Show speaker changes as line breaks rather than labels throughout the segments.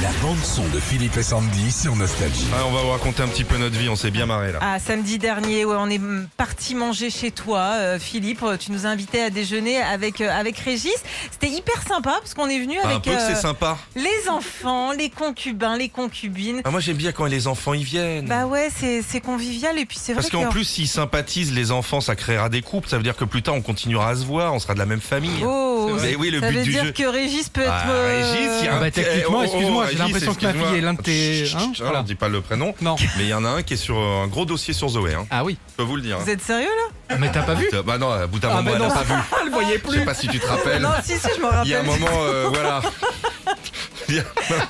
La bande-son de Philippe et Sandy sur Nostalgie.
Ah, on va vous raconter un petit peu notre vie, on s'est bien marré là.
Ah, samedi dernier, ouais, on est mm, parti manger chez toi, euh, Philippe. euh, Tu nous as invités à déjeuner avec, euh, avec Régis. C'était hyper sympa parce qu'on est venu
Ah, un
avec
peu,
euh,
c'est sympa.
les enfants, les concubins, les concubines.
Ah, moi j'aime bien quand les enfants y viennent.
Bah ouais, c'est c'est convivial et puis c'est vrai
Parce qu'en
que-
plus, s'ils sympathisent les enfants, ça créera des couples. Ça veut dire que plus tard, on continuera à se voir, on sera de la même famille.
Oh,
Mais oui, le
ça
but
veut
du
dire
jeu.
que Régis peut être.
Ah,
euh,
Régis, il y a
Ah
un
bah,
petit-
techniquement,
eh,
excuse-moi, j'ai
Régis,
l'impression que ma
excuse-moi.
fille est l'un de tes-
Chut,
hein,
chut, chut,
voilà.
on dit pas le prénom.
Non.
Mais il y en a un qui est sur euh, un gros dossier sur Zoé. Hein.
Ah oui. Ah,
Je peux vous le dire. hein.
Vous êtes sérieux là
Mais t'as pas vu
Euh, Bah non, à bout d'un
Ah
moment,
mais
elle
non,
a pas vu.
elle voyait
Je sais
plus.
pas si tu te rappelles.
Non, si, si, je me
Il y a un
rappelle.
moment, euh, voilà. Il y a-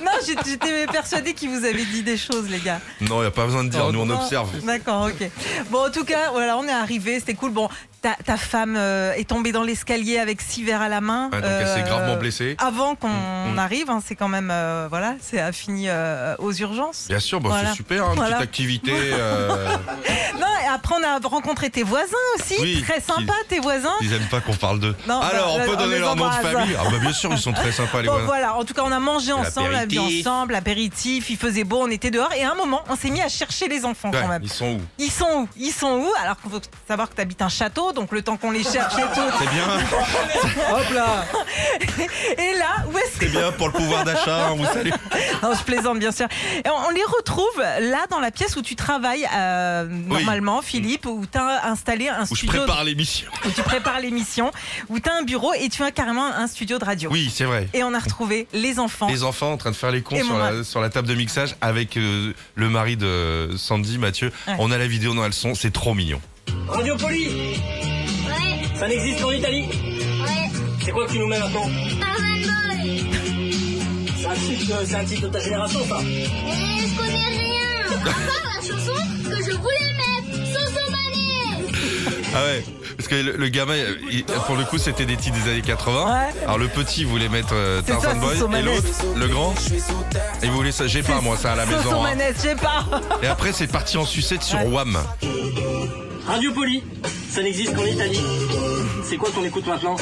Non, j'étais- j'étais persuadée qu'il vous avait dit des choses, les gars.
Non, il n'y a pas besoin de dire,
Oh,
nous on
Non.
observe.
D'accord, ok. Bon, en tout cas, voilà, on est arrivé, c'était cool. Bon, ta, ta femme euh, est tombée dans l'escalier avec six verres à la main.
Ouais, donc elle
Euh,
s'est gravement blessée.
Avant qu'on
Mm, mm.
arrive, hein, c'est quand même, euh, voilà, c'est a fini euh, aux urgences.
Bien sûr, bah,
Voilà.
c'est super, hein, une
Voilà.
petite activité. euh,
Non, et après on a rencontré tes voisins aussi,
Oui,
très sympa tes voisins.
Ils aiment pas qu'on parle d'eux.
Non,
Alors,
bah,
on peut
on
donner
les
leur nom de
embrasse.
famille. Ah bah bien sûr, ils sont très sympas les
Bon
voisins.
voilà, en tout cas on a mangé ensemble, on a bu
L'apéritif.
ensemble, l'apéritif, il faisait beau, on était dehors et à un moment on s'est mis à chercher les enfants quand
Ouais,
même.
ils sont où
Ils sont où Ils sont où Alors qu'il faut savoir que t'habites un château, donc le temps qu'on les cherche et tout.
C'est bien,
Hop là
Et là, où est-ce que...
c'est bien pour le pouvoir d'achat, on vous salue.
Non, je plaisante bien sûr. Et on, on les retrouve là dans la pièce où tu travailles euh, normalement, Philippe, où tu as installé un
Où je
studio,
prépare l'émission.
où tu prépares l'émission, où tu as un bureau et tu as carrément un studio de radio.
Oui, c'est vrai.
Et on a retrouvé les enfants.
Les enfants en train de faire les cons
Et
sur
mon
la, sur la table de mixage avec euh, le mari de Sandy, Mathieu.
Ouais.
On a la vidéo, on a le son, c'est trop mignon.
Radiopoli
Ouais,
Ça n'existe qu'en Italie
ouais,
C'est quoi que tu nous mets maintenant
Power Boy.
C'est un titre, c'est un titre de ta génération, ça
Et je connais rien. À part la chanson que je voulais mettre. Sosomanie.
Ah ouais, parce que le, le gamin, il- pour le coup, c'était des titres des années 80.
Ouais.
Alors le petit voulait mettre euh,
C'est ça,
Tarzan Boy
Soso
et
Manette.
l'autre, le grand, il voulait ça. J'ai pas moi ça à la
Sauce aux
maison. hein.
manettes, je sais pas.
Et après, c'est parti en sucette sur
Ouais.
Wham.
Radiopoli Ça n'existe qu'en Italie C'est quoi qu'on écoute maintenant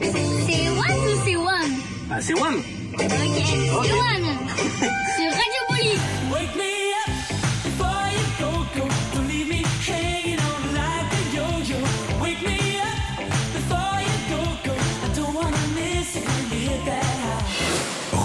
C'est One ou c'est One
Ah, c'est WAM
Ok, c'est One. C'est Radio Poli.
Wake me up before you go, go. Don't leave me hanging on like a yo-yo. Wake me up before you go, go. I don't wanna miss it when you hit that high.